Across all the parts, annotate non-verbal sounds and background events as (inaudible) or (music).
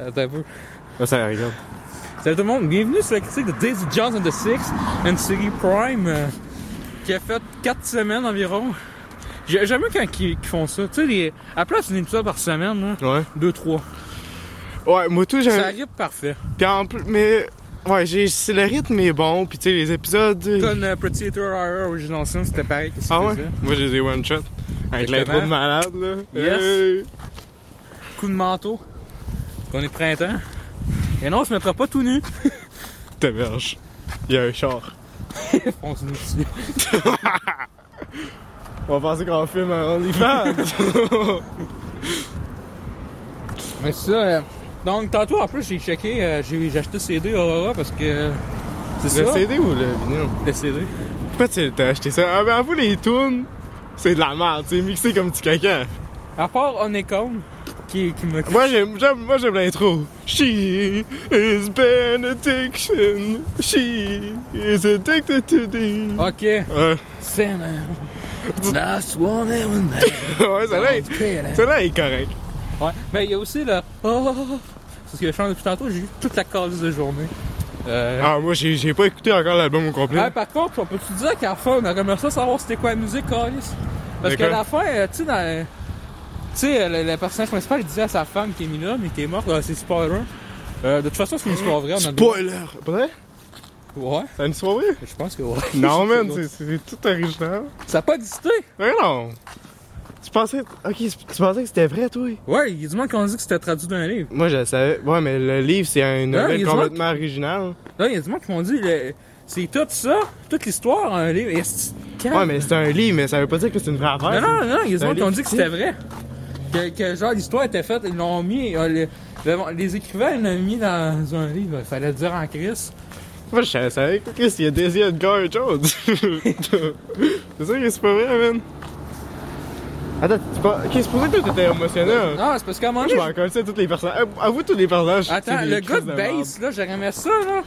attends un peu. Ah, ça regarde. Salut tout le monde, bienvenue sur la critique de Daisy Jones and the Six, une série Prime euh, qui a fait 4 semaines environ. J'ai- J'aime mieux quand ils, qu'ils font ça. Tu sais, les... à place d'un épisode par semaine, Ouais. 2-3. Ouais, moi tout, Ça j'aime. arrive parfait. Puis en plus, mais. Ouais, j'ai... c'est le rythme est bon, puis tu sais, les épisodes. Comme euh, Pretty Little Horror Original Sin, c'était pareil. qu'est-ce que Ah ouais? c'était ça. Moi, j'ai des one-shots. Avec Exactement. l'intro de malade, là. Yes. Hey. Coup de manteau. On est printemps. Et non, on se mettra pas tout nu. Ta verge. Il y a un char. On se met dessus. On va penser qu'on filme un (laughs) OnlyFans. Mais c'est ça. euh, Donc, tantôt, en plus, j'ai checké, euh, j'ai j'ai acheté CD Aurora parce que. euh, C'est le ça? CD ou le vinyle? Le CD. Pourquoi tu t'as acheté ça? Ah, ben, avoue, les tunes, c'est de la merde. C'est mixé comme du caca. À part Onicon, qui, qui me. Moi, j'aime, j'aime, moi, j'aime l'intro. She is benediction. She is addicted to thee. Ok. Ouais, C'est un. Last one and (laughs) (laughs) ouais, celle-là est, celle-là est correcte. Ouais. Mais il y a aussi le. Oh, parce que je chante depuis tantôt, j'ai eu toute la case de journée. Euh, Ah, moi, j'ai, j'ai pas écouté encore l'album au complet. Ah, par contre, on peut-tu dire qu'à la fin, on aurait aimé ça savoir c'était quoi la musique, Carlis? Parce qu'à D'accord. la fin, euh, tu sais, dans. euh, Tu sais, euh, le, le personnage principal il disait à sa femme qui est Mina, mais qui est morte, euh, c'est spoiler. Euh, de toute façon, c'est une histoire vraie. on a droit- Spoiler! Pas vrai? Ouais, C'est (laughs) une soirée? je pense que ouais. Non, man, c'est, c'est tout original. Ça a pas existé! Mais non! Tu pensais, ok, tu pensais que c'était vrai, toi? Ouais, il y a du monde qui a dit que c'était traduit d'un livre. Moi, je le savais. Ouais, mais le livre, c'est Non, un il nouvelle y a du complètement original. Là, il y a du monde qui m'ont dit, le- c'est tout ça, toute l'histoire en un livre. Et c'est- Ouais, mais c'est un livre, mais ça veut pas dire que c'est une vraie affaire. Non, non, ça. non, il y a des c'est un gens qui ont livre dit que c'était vrai. Que, que, genre l'histoire était faite, ils l'ont mis. euh, le- le- les écrivains l'ont mis dans un livre, il fallait le dire en crise. Moi, je savais- savais que Chris, il a désiré une gars Jones. c'est sûr que (laughs) c'est pas vrai, man. Attends, tu pas... Ok, c'est pour ça que toi, t'étais émotionnel. Non, c'est parce qu'à un moment Moi, je donné, m'en connais toutes les personnages. Avoue, tous les personnages. Attends, c'est des le gars crises de merde. base, là, j'aimais ça, là.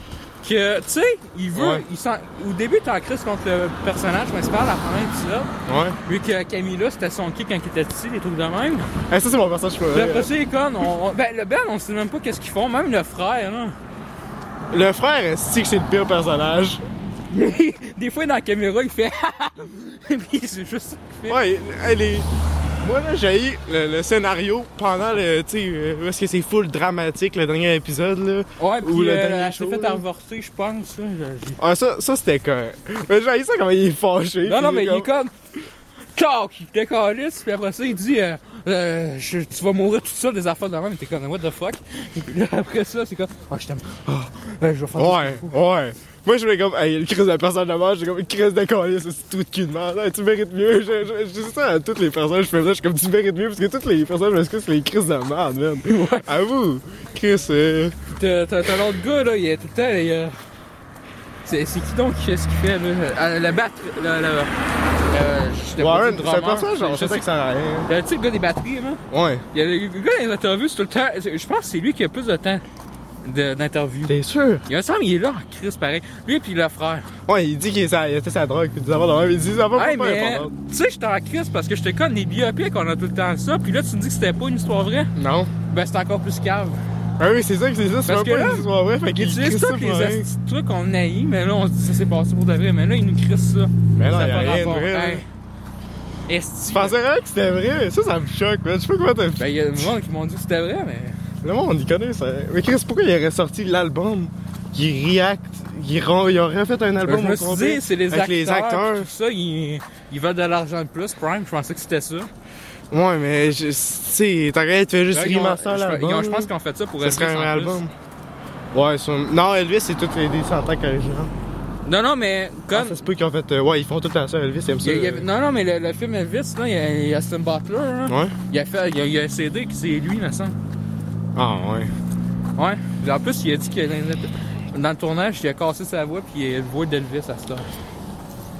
Que, tu sais, il veut. Ouais. Il s'en- au début, t'es en crise contre le personnage principal, la première épisode. Ouais. Vu que Camilla, c'était son kick quand il était petit, les trucs de même. Ah, ça, c'est mon personnage Puis préféré. après ça, les connes, on, on- ben, le Ben, on sait même pas qu'est-ce qu'ils font, même le frère, là. Le frère, c'est que c'est le pire personnage. (laughs) Des fois, dans la caméra, il fait. (laughs) Puis c'est juste ça qu'il fait. Ouais, elle est. Moi, là, j'ai le, le scénario pendant le. Tu sais, euh, parce que c'est full dramatique le dernier épisode, là. Ouais, puis Ou le euh, dernier elle s'est show, fait là. avorter, je pense. (laughs) là, je- je- Ah, ça, ça c'était correct. Mais j'ai ça comment il est fâché. Non, puis non, mais il est comme- comme. (laughs) Tac! Il décalisse, puis après ça, il dit euh, euh, je- Tu vas mourir tout seul des affaires de même, mais t'es comme, what the fuck? Et puis là, après ça, c'est comme, oh, je t'aime. Oh, ben, je vais faire Ouais, ouais. Moi, je voulais comme. Hey, le crise de la personne de mort, j'ai comme une crise de calice, c'est tout de cul de merde. Hey, tu mérites mieux. Je, je, je dis ça à toutes les personnes, je fais ça, je suis comme, tu mérites mieux, parce que toutes les personnes, parce que c'est les crises de merde, man. Ouais. Avoue, Chris, euh, T'as t'as- t'as l'autre gars, là, il est tout le temps. là, il, euh, C'est c'est qui donc qui fait ce qu'il fait, là? Ah, Le bat. Le. le euh, je t'ai pas Warren, dit le c'est un drummer, personnage, genre, je je sais euh, sais que ça sert à rien. Le type gars des batteries, là. Ouais. Il y a le gars dans les interviews, c'est tout le temps. Je pense que c'est lui qui a plus de temps de- d'interview. T'es sûr? Il me semble qu'il est là en crise pareil. Lui puis le frère. Ouais, il dit qu'il était il était sa drogue, puis des affaires de même, il dit ça va pas Hey, pas mais important. tu sais, j'étais en crise parce que je te connais les biopics, on a tout le temps ça. Puis là, tu me dis que c'était pas une histoire vraie. Non. Ben, c'est encore plus cave. Ah oui, c'est ça que c'est ça, c'est Parce même que pas là, une histoire vraie, fait Ils qu'il utilisent crisse ça tous pour les rien. astuces trucs qu'on haït, mais là, on se dit ça s'est passé pour de vrai. Mais là, ils nous crissent ça. Mais non, ça y n'a a pas rien de rapport. vrai, là. Hey. Esti. Je pensais vraiment que c'était vrai, ça, ça me choque, man. Je sais pas comment t'as Ben, il y a des gens qui m'ont dit que c'était vrai, mais. Le monde, on y connaît ça. Mais Chris, pourquoi il aurait sorti l'album qui react, qui rend, il aurait fait un Ben, album je me au suis complet dit, c'est les avec acteurs. les puis acteurs. Tout ça, ils, ils veulent de l'argent de plus. Prime, je pensais que c'était ça. Ouais, mais je- tu sais, t'aurais tu fais juste Là, ils ont- remaster je- l'album. ils ont- Je pense qu'on fait ça pour que ce serait Elvis un en plus. album. Ouais, ça- non, Elvis, c'est toutes les des centaines collégiales. Non, non, mais Ah, comme. ça se peut qu'ils ont fait. euh, ouais, ils font tout la soeur Elvis, ils aiment il y ça. a- il y euh. avait- non, non, mais le, le film Elvis, là, il y a, il y a Austin Butler. là. Ouais? Il, a fait, il, y a, il y a un CD qui c'est lui, me semble. Ah, ouais. Ouais. Puis en plus, il a dit que dans, dans le tournage, il a cassé sa voix, puis il a une voix d'Elvis à cette heure.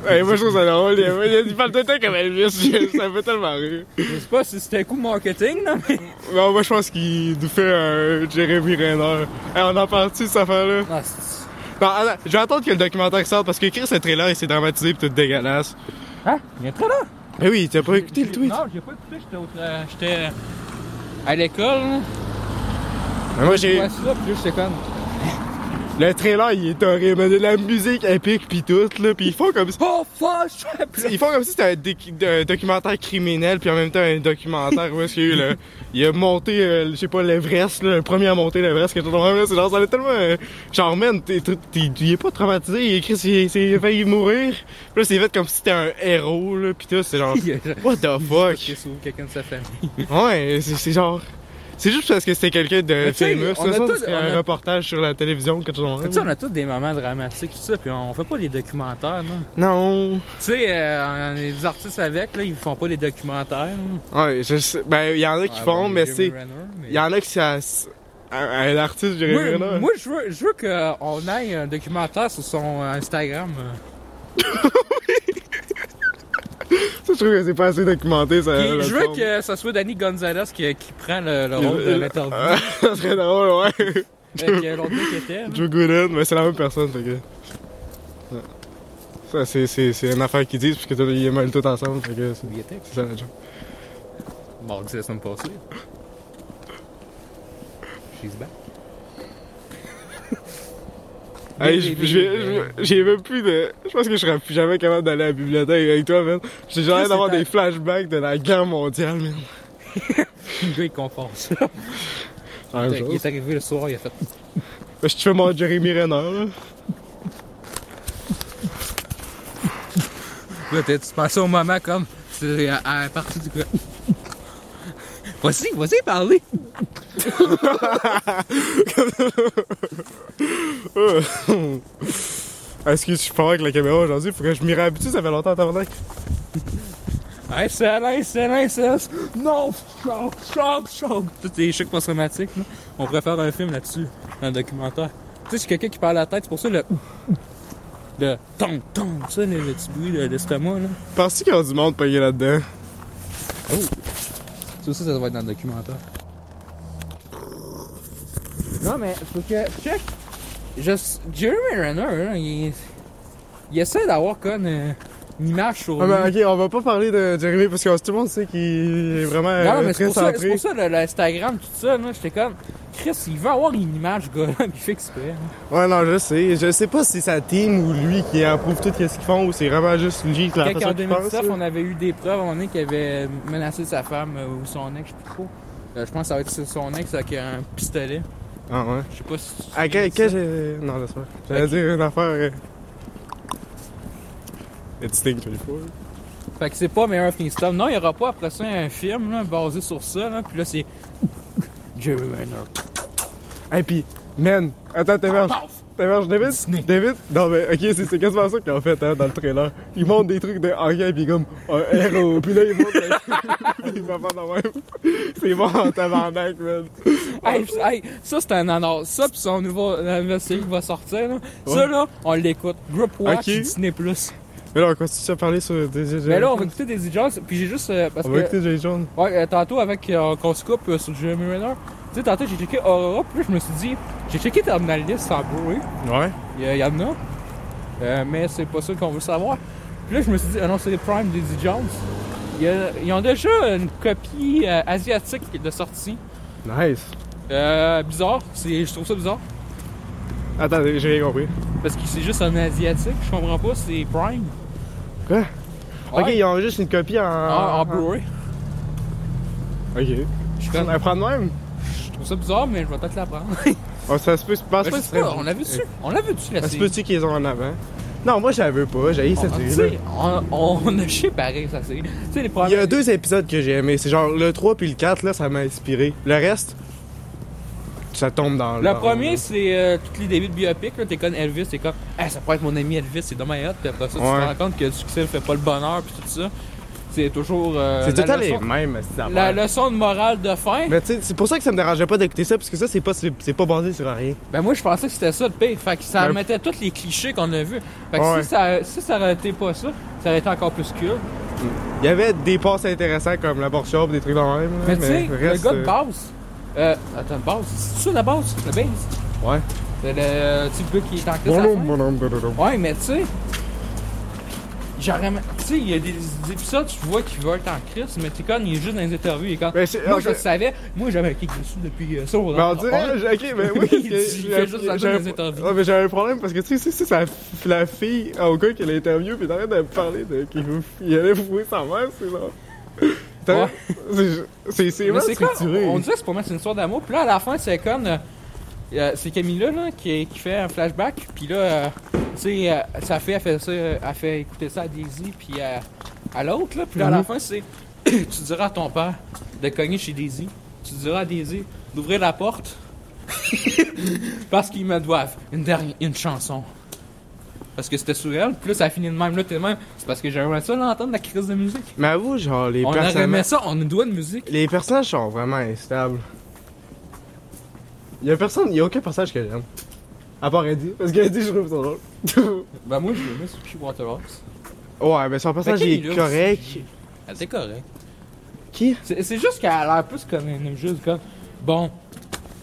Ouais, moi, je trouve ça drôle. Il, il, il parle tout le temps comme Elvis, (laughs) ça me fait tellement rire. Je sais pas si c'était un coup marketing, là, mais. Non, moi, je pense qu'il nous fait un Jeremy Renner. Hey, on en parle-tu de cette affaire-là? Ah, c'est- Non, attends, Ben, ah, je vais attendre que le documentaire sorte parce que Chris, le trailer, il s'est dramatisé pis tout dégueulasse. Hein? Il y a un là! Mais oui, t'as pas écouté le tweet? Non, j'ai pas écouté, j'étais autre. euh, J'étais à l'école, là. Mais Ben, moi, j'ai. Ouais, c'est ça, plus j'étais comme. Le trailer, il est horrible. man. Il y a de la musique épique, pis tout, là. Pis ils font comme si. Oh fuck! je- Puis là, Ils font comme si c'était un, déc- un documentaire criminel, puis en même temps un documentaire où est-ce qu'il y a eu le- Il a monté, euh, je sais pas, l'Everest, là, le premier à monter l'Everest, quelque chose de même, là. C'est genre, ça allait tellement. euh, genre, man, t'es, t'es- t'es- il est pas traumatisé, il, Chris, il, s'est- il a failli mourir. Puis là, c'est fait comme si c'était un héros, là, pis tout, c'est (laughs) (laughs) genre. il y a- What the Qui fuck? sauve quelqu'un de sa famille. Ouais, c'est, c'est genre. C'est juste parce que c'était quelqu'un de Mais tu sais, fameux, on a ça, ça, tous- c'était on un a- reportage sur la télévision, quelque chose de Tu même. sais, on a tous des moments dramatiques, tout ça, puis on fait pas des documentaires, non? Non. Tu sais, euh, les artistes avec, là, ils font pas des documentaires. Ah, Ouais, je sais. Ben, il y en a qui font, mais c'est. Il y en a qui ça. s- Un, un artiste, je dirais Moi, là. moi, je veux, je veux qu'on aille un documentaire sur son euh, Instagram. euh. Ça, je trouve que c'est pas assez documenté, ça. Puis la je veux forme. que ça soit Danny Gonzalez qui, qui prend le, le rôle de (laughs) l'interview Ah, ça serait drôle, ouais. avec euh, l'autre mec qui était. là. Joe Gooden, mais c'est la même personne, fait que. Ouais. Ça, c'est- c'est c'est une affaire qu'ils disent, parce que tout- ils mal tout ensemble, fait que c'est Il était. c'est ça la joke. Mardi la semaine (laughs) passée. She's back. Hey, je- je vais- je- j'ai même plus de. Je pense que je serais plus jamais capable d'aller à la bibliothèque avec toi, man. J'ai Chris, genre d'avoir c'est un- des flashbacks de la guerre mondiale, man. Le gars, il confond ça. Ah, Il je est arrivé le soir, il a fait. je fais mon Jeremy Renner, là. Là, t'es passé au moment comme. C'est à, à la partie du gars. Voici, voici parler. Est-ce que je suis pas avec la caméra aujourd'hui? Faut que je m'y réhabitue, ça fait longtemps, tabarnak. Excellent, excellent, excellent. Non, choc, choc, choc. Tous les chocs post-traumatiques, là. On pourrait faire un film là-dessus, un documentaire. Tu sais, c'est quelqu'un qui parle à la tête, c'est pour ça le. Le ton, ton, ça, le, le petit bruit de l'estomac, là. Penses-tu qu'il y a du monde payé là-dedans? Tout ça, ça doit être dans le documentaire. Non, mais faut que. Check! Je... Jeremy Renner, là, il... il essaie d'avoir comme euh, une image sur Ah, lui. mais ok, on va pas parler de Jeremy parce que tout le monde sait qu'il est vraiment Non, euh, mais c'est très pour, ça- c'est centré. pour ça le- l'Instagram, tout ça, là, j'étais comme. Chris, il veut avoir une image, ce gars-là, (laughs) puis il fait exprès. hein. Ouais, non, je sais. Je sais pas si c'est sa team ou lui qui approuve tout ce qu'ils font ou c'est vraiment juste lui qui la Quand en façon qu'il pense. 2019, là. on avait eu des preuves, on est qu'il avait euh, menacé sa femme euh, ou son ex, je sais plus trop. Euh, je pense que ça va être son ex avec un pistolet. Ah ouais. Je sais pas si. tu te À souviens quel, de quel ça. j'ai... Non, laisse moi J'allais Ok. dire une affaire... Euh... It's Think 24. Fait que c'est pas meilleur Kingston. Non, il y aura pas après ça un film là, basé sur ça. Là. Puis là, c'est. (laughs) Jerry Renner. Hey, pis, man, attends, t'es verge. Paf! T'es verge, David? Ah, Disney. David? Non, mais ok, c'est, c'est quasiment ça qu'ils ont fait hein, dans le trailer. Ils montrent des trucs de hockey pis comme un héros, pis là ils montrent. (laughs) ils vont faire de même. C'est bon en tabarnak, man. (laughs) Hey, pis- hey, ça, c'est un anor. Ça, puis son nouveau la nouvelle série qui va sortir. Là. Ça, Ouais. là, on l'écoute. Group Watch Ok. Disney. Plus. Mais là, on continue à parler sur des Mais là, on va écouter Daisy Jones. Puis j'ai juste. euh, parce On va que. écouter Jay Jones. Ouais, euh, tantôt, avec euh, qu'on se coupe euh, sur Jeremy Renner. Tu sais, tantôt, j'ai checké Aurora. Puis là, je me suis dit, j'ai checké Terminal List en Blu-ray. Ouais. Il y, a- il y en a. Euh, mais c'est pas ça qu'on veut savoir. Puis là, je me suis dit, ah non, c'est les Prime Daisy Jones. Il y a- Ils ont déjà une copie euh, asiatique de sortie. Nice. Euh, bizarre, c'est, je trouve ça bizarre. Attendez, j'ai rien compris. Parce que c'est juste un asiatique, je comprends pas, c'est Prime. Quoi? Ok, Ouais. ils ont juste une copie en. Ah, En, en Blu-ray. Ok. Je, suis On comme- la prend de même? je trouve ça bizarre, mais je vais peut-être la prendre. Oh, ça se peut. Je pense Bah, Je (laughs) pas sais que ce serait- pas, on l'a vu dessus. On l'a vu dessus, la Ça se série. peut-tu qu'ils ont en avant? Non, moi, je la veux pas. J'ai On, cette tu série-là. sais, on, on a chié pareil, ça série. Tu sais, les Il y a premières- deux épisodes que j'ai aimé. C'est genre le 3 puis le 4, là, ça m'a inspiré. Le reste, ça tombe dans Le dans- premier, c'est euh, tous les débuts de biopic. Là, t'es comme Elvis, t'es comme, ah, ça pourrait être mon ami Elvis, c'est dommage. hein. Puis après ça, tu Ouais. te rends compte que le succès ne fait pas le bonheur, puis tout ça. C'est toujours. euh, C'est la tout à les leçon- mêmes, ces La affaires. leçon de morale de fin. Mais tu sais, c'est pour ça que ça me dérangeait pas d'écouter ça, parce que ça, c'est pas, c'est c'est pas basé sur rien. Ben moi, je pensais que c'était ça le pire. Fait que ça Ben- mettait tous les clichés qu'on a vus. Fait que Ouais. si, ça, si ça aurait été pas ça, ça aurait été encore plus cool. Il y avait des passes intéressantes comme la barre des trucs dans le même. là, Mais, tu sais, le le reste, gars de euh, base. Euh, attends, base. C'est ça la base? La base? Ouais. C'est le euh, petit gars qui est en classe à la Bonhomme, fin? bonhomme, bonhomme. Ouais, mais tu sais, J'aurais. Tu sais, il y a des, des épisodes, tu vois, qui veulent être en crise, mais tu connais, il est juste dans les interviews. Il est comme, Mais c'est- moi, en je fait- le savais. Moi, j'avais un kick dessus depuis euh, Sauron. Mais Ben, on dirait, j'ai- ok, mais oui, (laughs) Il dit- il fait juste ça dans les interviews. Ouais, mais j'avais un problème parce que tu sais, c'est- c'est la, la fille ah, au gars qui l'interview, puis t'arrêtes de me parler de qu'il veut- il allait fouiller sa mère, c'est genre. (laughs) T'as- Ouais. c'est- C'est c'est Mais vraiment c'est quoi? structuré. On dirait que c'est pas mal, c'est une histoire d'amour. Puis là, à la fin, c'est comme. euh, euh, c'est Camilla là, qui, qui fait un flashback. Puis là, euh, tu sais, euh, sa fille, elle fait, ça, euh, elle fait écouter ça à Daisy, puis à, à l'autre. là. Puis là, à la Mhm. fin, c'est. (coughs) tu diras à ton père de cogner chez Daisy. Tu diras à Daisy d'ouvrir la porte. (laughs) Parce qu'ils me doivent une, dernière, une chanson. Parce que c'était sur elle. Puis là, ça finit de même. Là, t'es de même. C'est parce que j'aimerais ça l'entendre, la crise de musique. Mais avoue, genre, les on aurait aimé personnages. ça, on a doigt de musique. Les personnages sont vraiment instables. Y'a personne, y'a aucun personnage que j'aime. À part Eddie, parce qu'Eddie, je trouve son drôle. (laughs) Bah moi je le mets sur P. Waterhouse. ouais, mais son personnage, il est correct. Elle était correcte. Qui C'est c'est juste qu'elle a l'air plus comme une juste comme bon.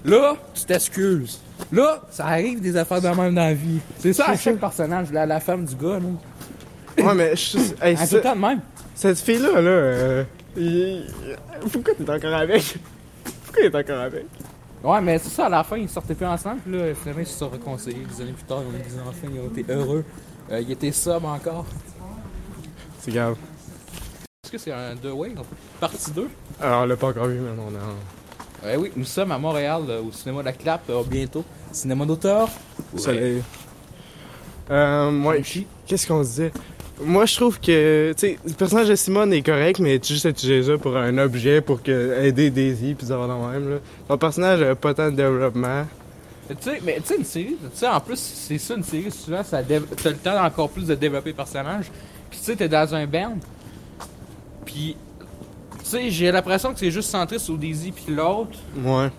Là, tu t'excuses. Là, ça arrive des affaires de même dans la vie. C'est ça à C'est ça. chaque personnage, la, la femme du gars là. Ouais, mais je hey, Elle est tout ça- le temps de même. Cette fille-là, là, euh, il- pourquoi t'es encore avec? Pourquoi il est encore avec? Ouais, mais c'est ça, à la fin, ils sortaient plus ensemble, puis là, finalement, ils se sont réconciliés des années plus tard, ils ont eu des enfants, ils ont été heureux. Euh, ils étaient sobres encore. C'est grave. Est-ce que c'est un deux way en fait? Partie 2? Alors, on l'a pas encore vu, mais on a... Eh oui, nous sommes à Montréal, euh, au cinéma de la Clap, euh, bientôt. Cinéma d'auteur. Soleil. Euh, ouais, qu'est-ce qu'on se disait? Moi, je trouve que, tu sais, le personnage de Simone est correct, mais tu juste utilisé ça pour un objet, pour que, aider Daisy, pis ça va dans le même, là. Son personnage a pas tant de développement. Tu sais, mais tu sais, une série, tu sais, en plus, c'est ça, une série, souvent, ça dév- t'as le temps encore plus de développer le personnage. Puis, tu sais, t'es dans un band. Puis, tu sais, j'ai l'impression que c'est juste centré sur Daisy, puis l'autre, Ouais.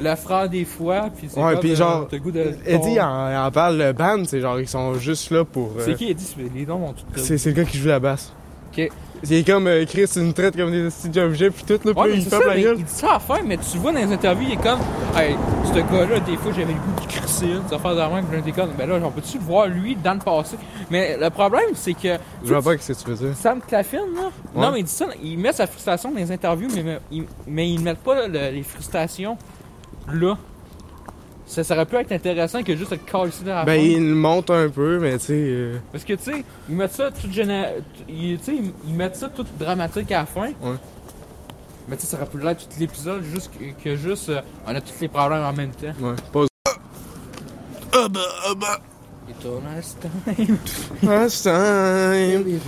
le frère des fois, puis c'est Ouais, comme, puis euh, genre, t'as le goût de. Eddie, il en, il en parle, le band, c'est genre, ils sont juste là pour... euh, C'est qui Eddie C'est- Les noms vont tout perdre. C'est c'est le gars qui joue la basse. Ok. C'est comme euh, Chris, une traite comme des petits objets, puis tout, là, Ouais, puis mais il c'est fait ça, la mais gueule. il dit ça à faire, mais tu vois dans les interviews, il est comme, hey, ce gars-là, des fois, j'avais le goût de crisser, une, des affaires de même, puis j'étais comme, ben là, on peut-tu le voir, lui, dans le passé? Mais le problème, c'est que, Je vois pas ce que tu veux dire. Sam Claflin, là. Ouais. Non, mais il dit ça, il met sa frustration dans les interviews, mais, mais, il- mais ils ne mettent pas le- les frustrations là. Ça, ça aurait pu être intéressant que juste le casser dans la Ben, face. il monte un peu, mais tu sais. euh, Parce que, tu sais, ils mettent ça tout géné... ils, tu sais, ils mettent ça tout dramatique à la fin. Ouais. Mais tu sais, ça aurait pu l'être tout l'épisode, juste que, que juste, euh, on a tous les problèmes en même temps. ouais, pause. Ah bah, ah bah. It's almost (laughs) time. Last time.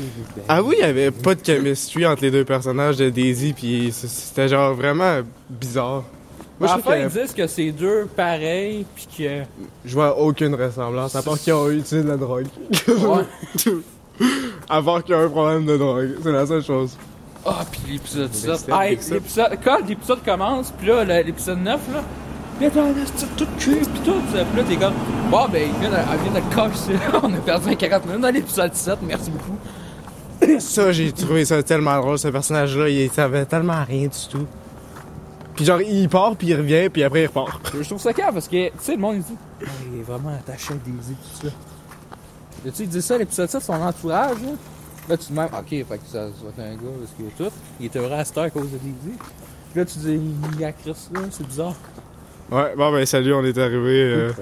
Ah oui, il y avait pas de chemistry entre les deux personnages de Daisy, puis c- c'était genre vraiment bizarre. Moi, à je la fin, trouve ils que disent que c'est deux pareils, puis (laughs) que... je vois aucune ressemblance, à part qu'ils ont utilisé de la drogue. Ouais. à part qu'il y a un problème de drogue, c'est la seule chose. Ah, puis l'épisode Mais 7. c'était Hey, avec ça. l'épisode, quand l'épisode commence, puis là, le- l'épisode 9, là, mais t'as un esti de tout cul, puis tout. Puis là, t'es comme, bon, ben, il vient de, elle vient de le casser, (laughs) là. On a perdu un 40 minutes dans l'épisode 7, merci beaucoup. Ça, j'ai trouvé ça tellement drôle, ce personnage-là. Il savait tellement rien du tout. Puis genre, il part, puis il revient, puis après, il repart. Je trouve ça clair parce que, tu sais, le monde, il dit, Ah, il est vraiment attaché à Daisy, tout ça. Là, tu sais, il dit ça, à l'épisode 7, son entourage, là. Là, tu te demandes, ok, fait que ça doit être un gars, parce qu'il est tout. Il était heureux à cette heure à cause de Daisy. Puis là, tu dis, il y a Chris, là, c'est bizarre. Ouais, bon, ben salut, on est arrivé. euh,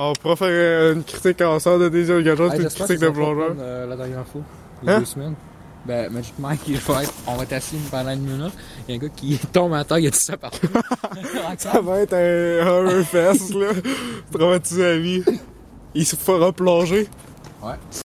on pourra faire euh, une critique en sort de Désir Gageur, Ouais, une j'espère critique que de ça sera plongeur. comme, euh, la dernière fois, il y a Hein? deux semaines. Ben, Magic Mike, il va être- on va être assis pendant une minute. Il y a un gars qui (laughs) tombe à terre, il a dit ça (laughs) partout. Ça va être un horror fest, là. Traumatiser la vie. Il se fera plonger. ouais.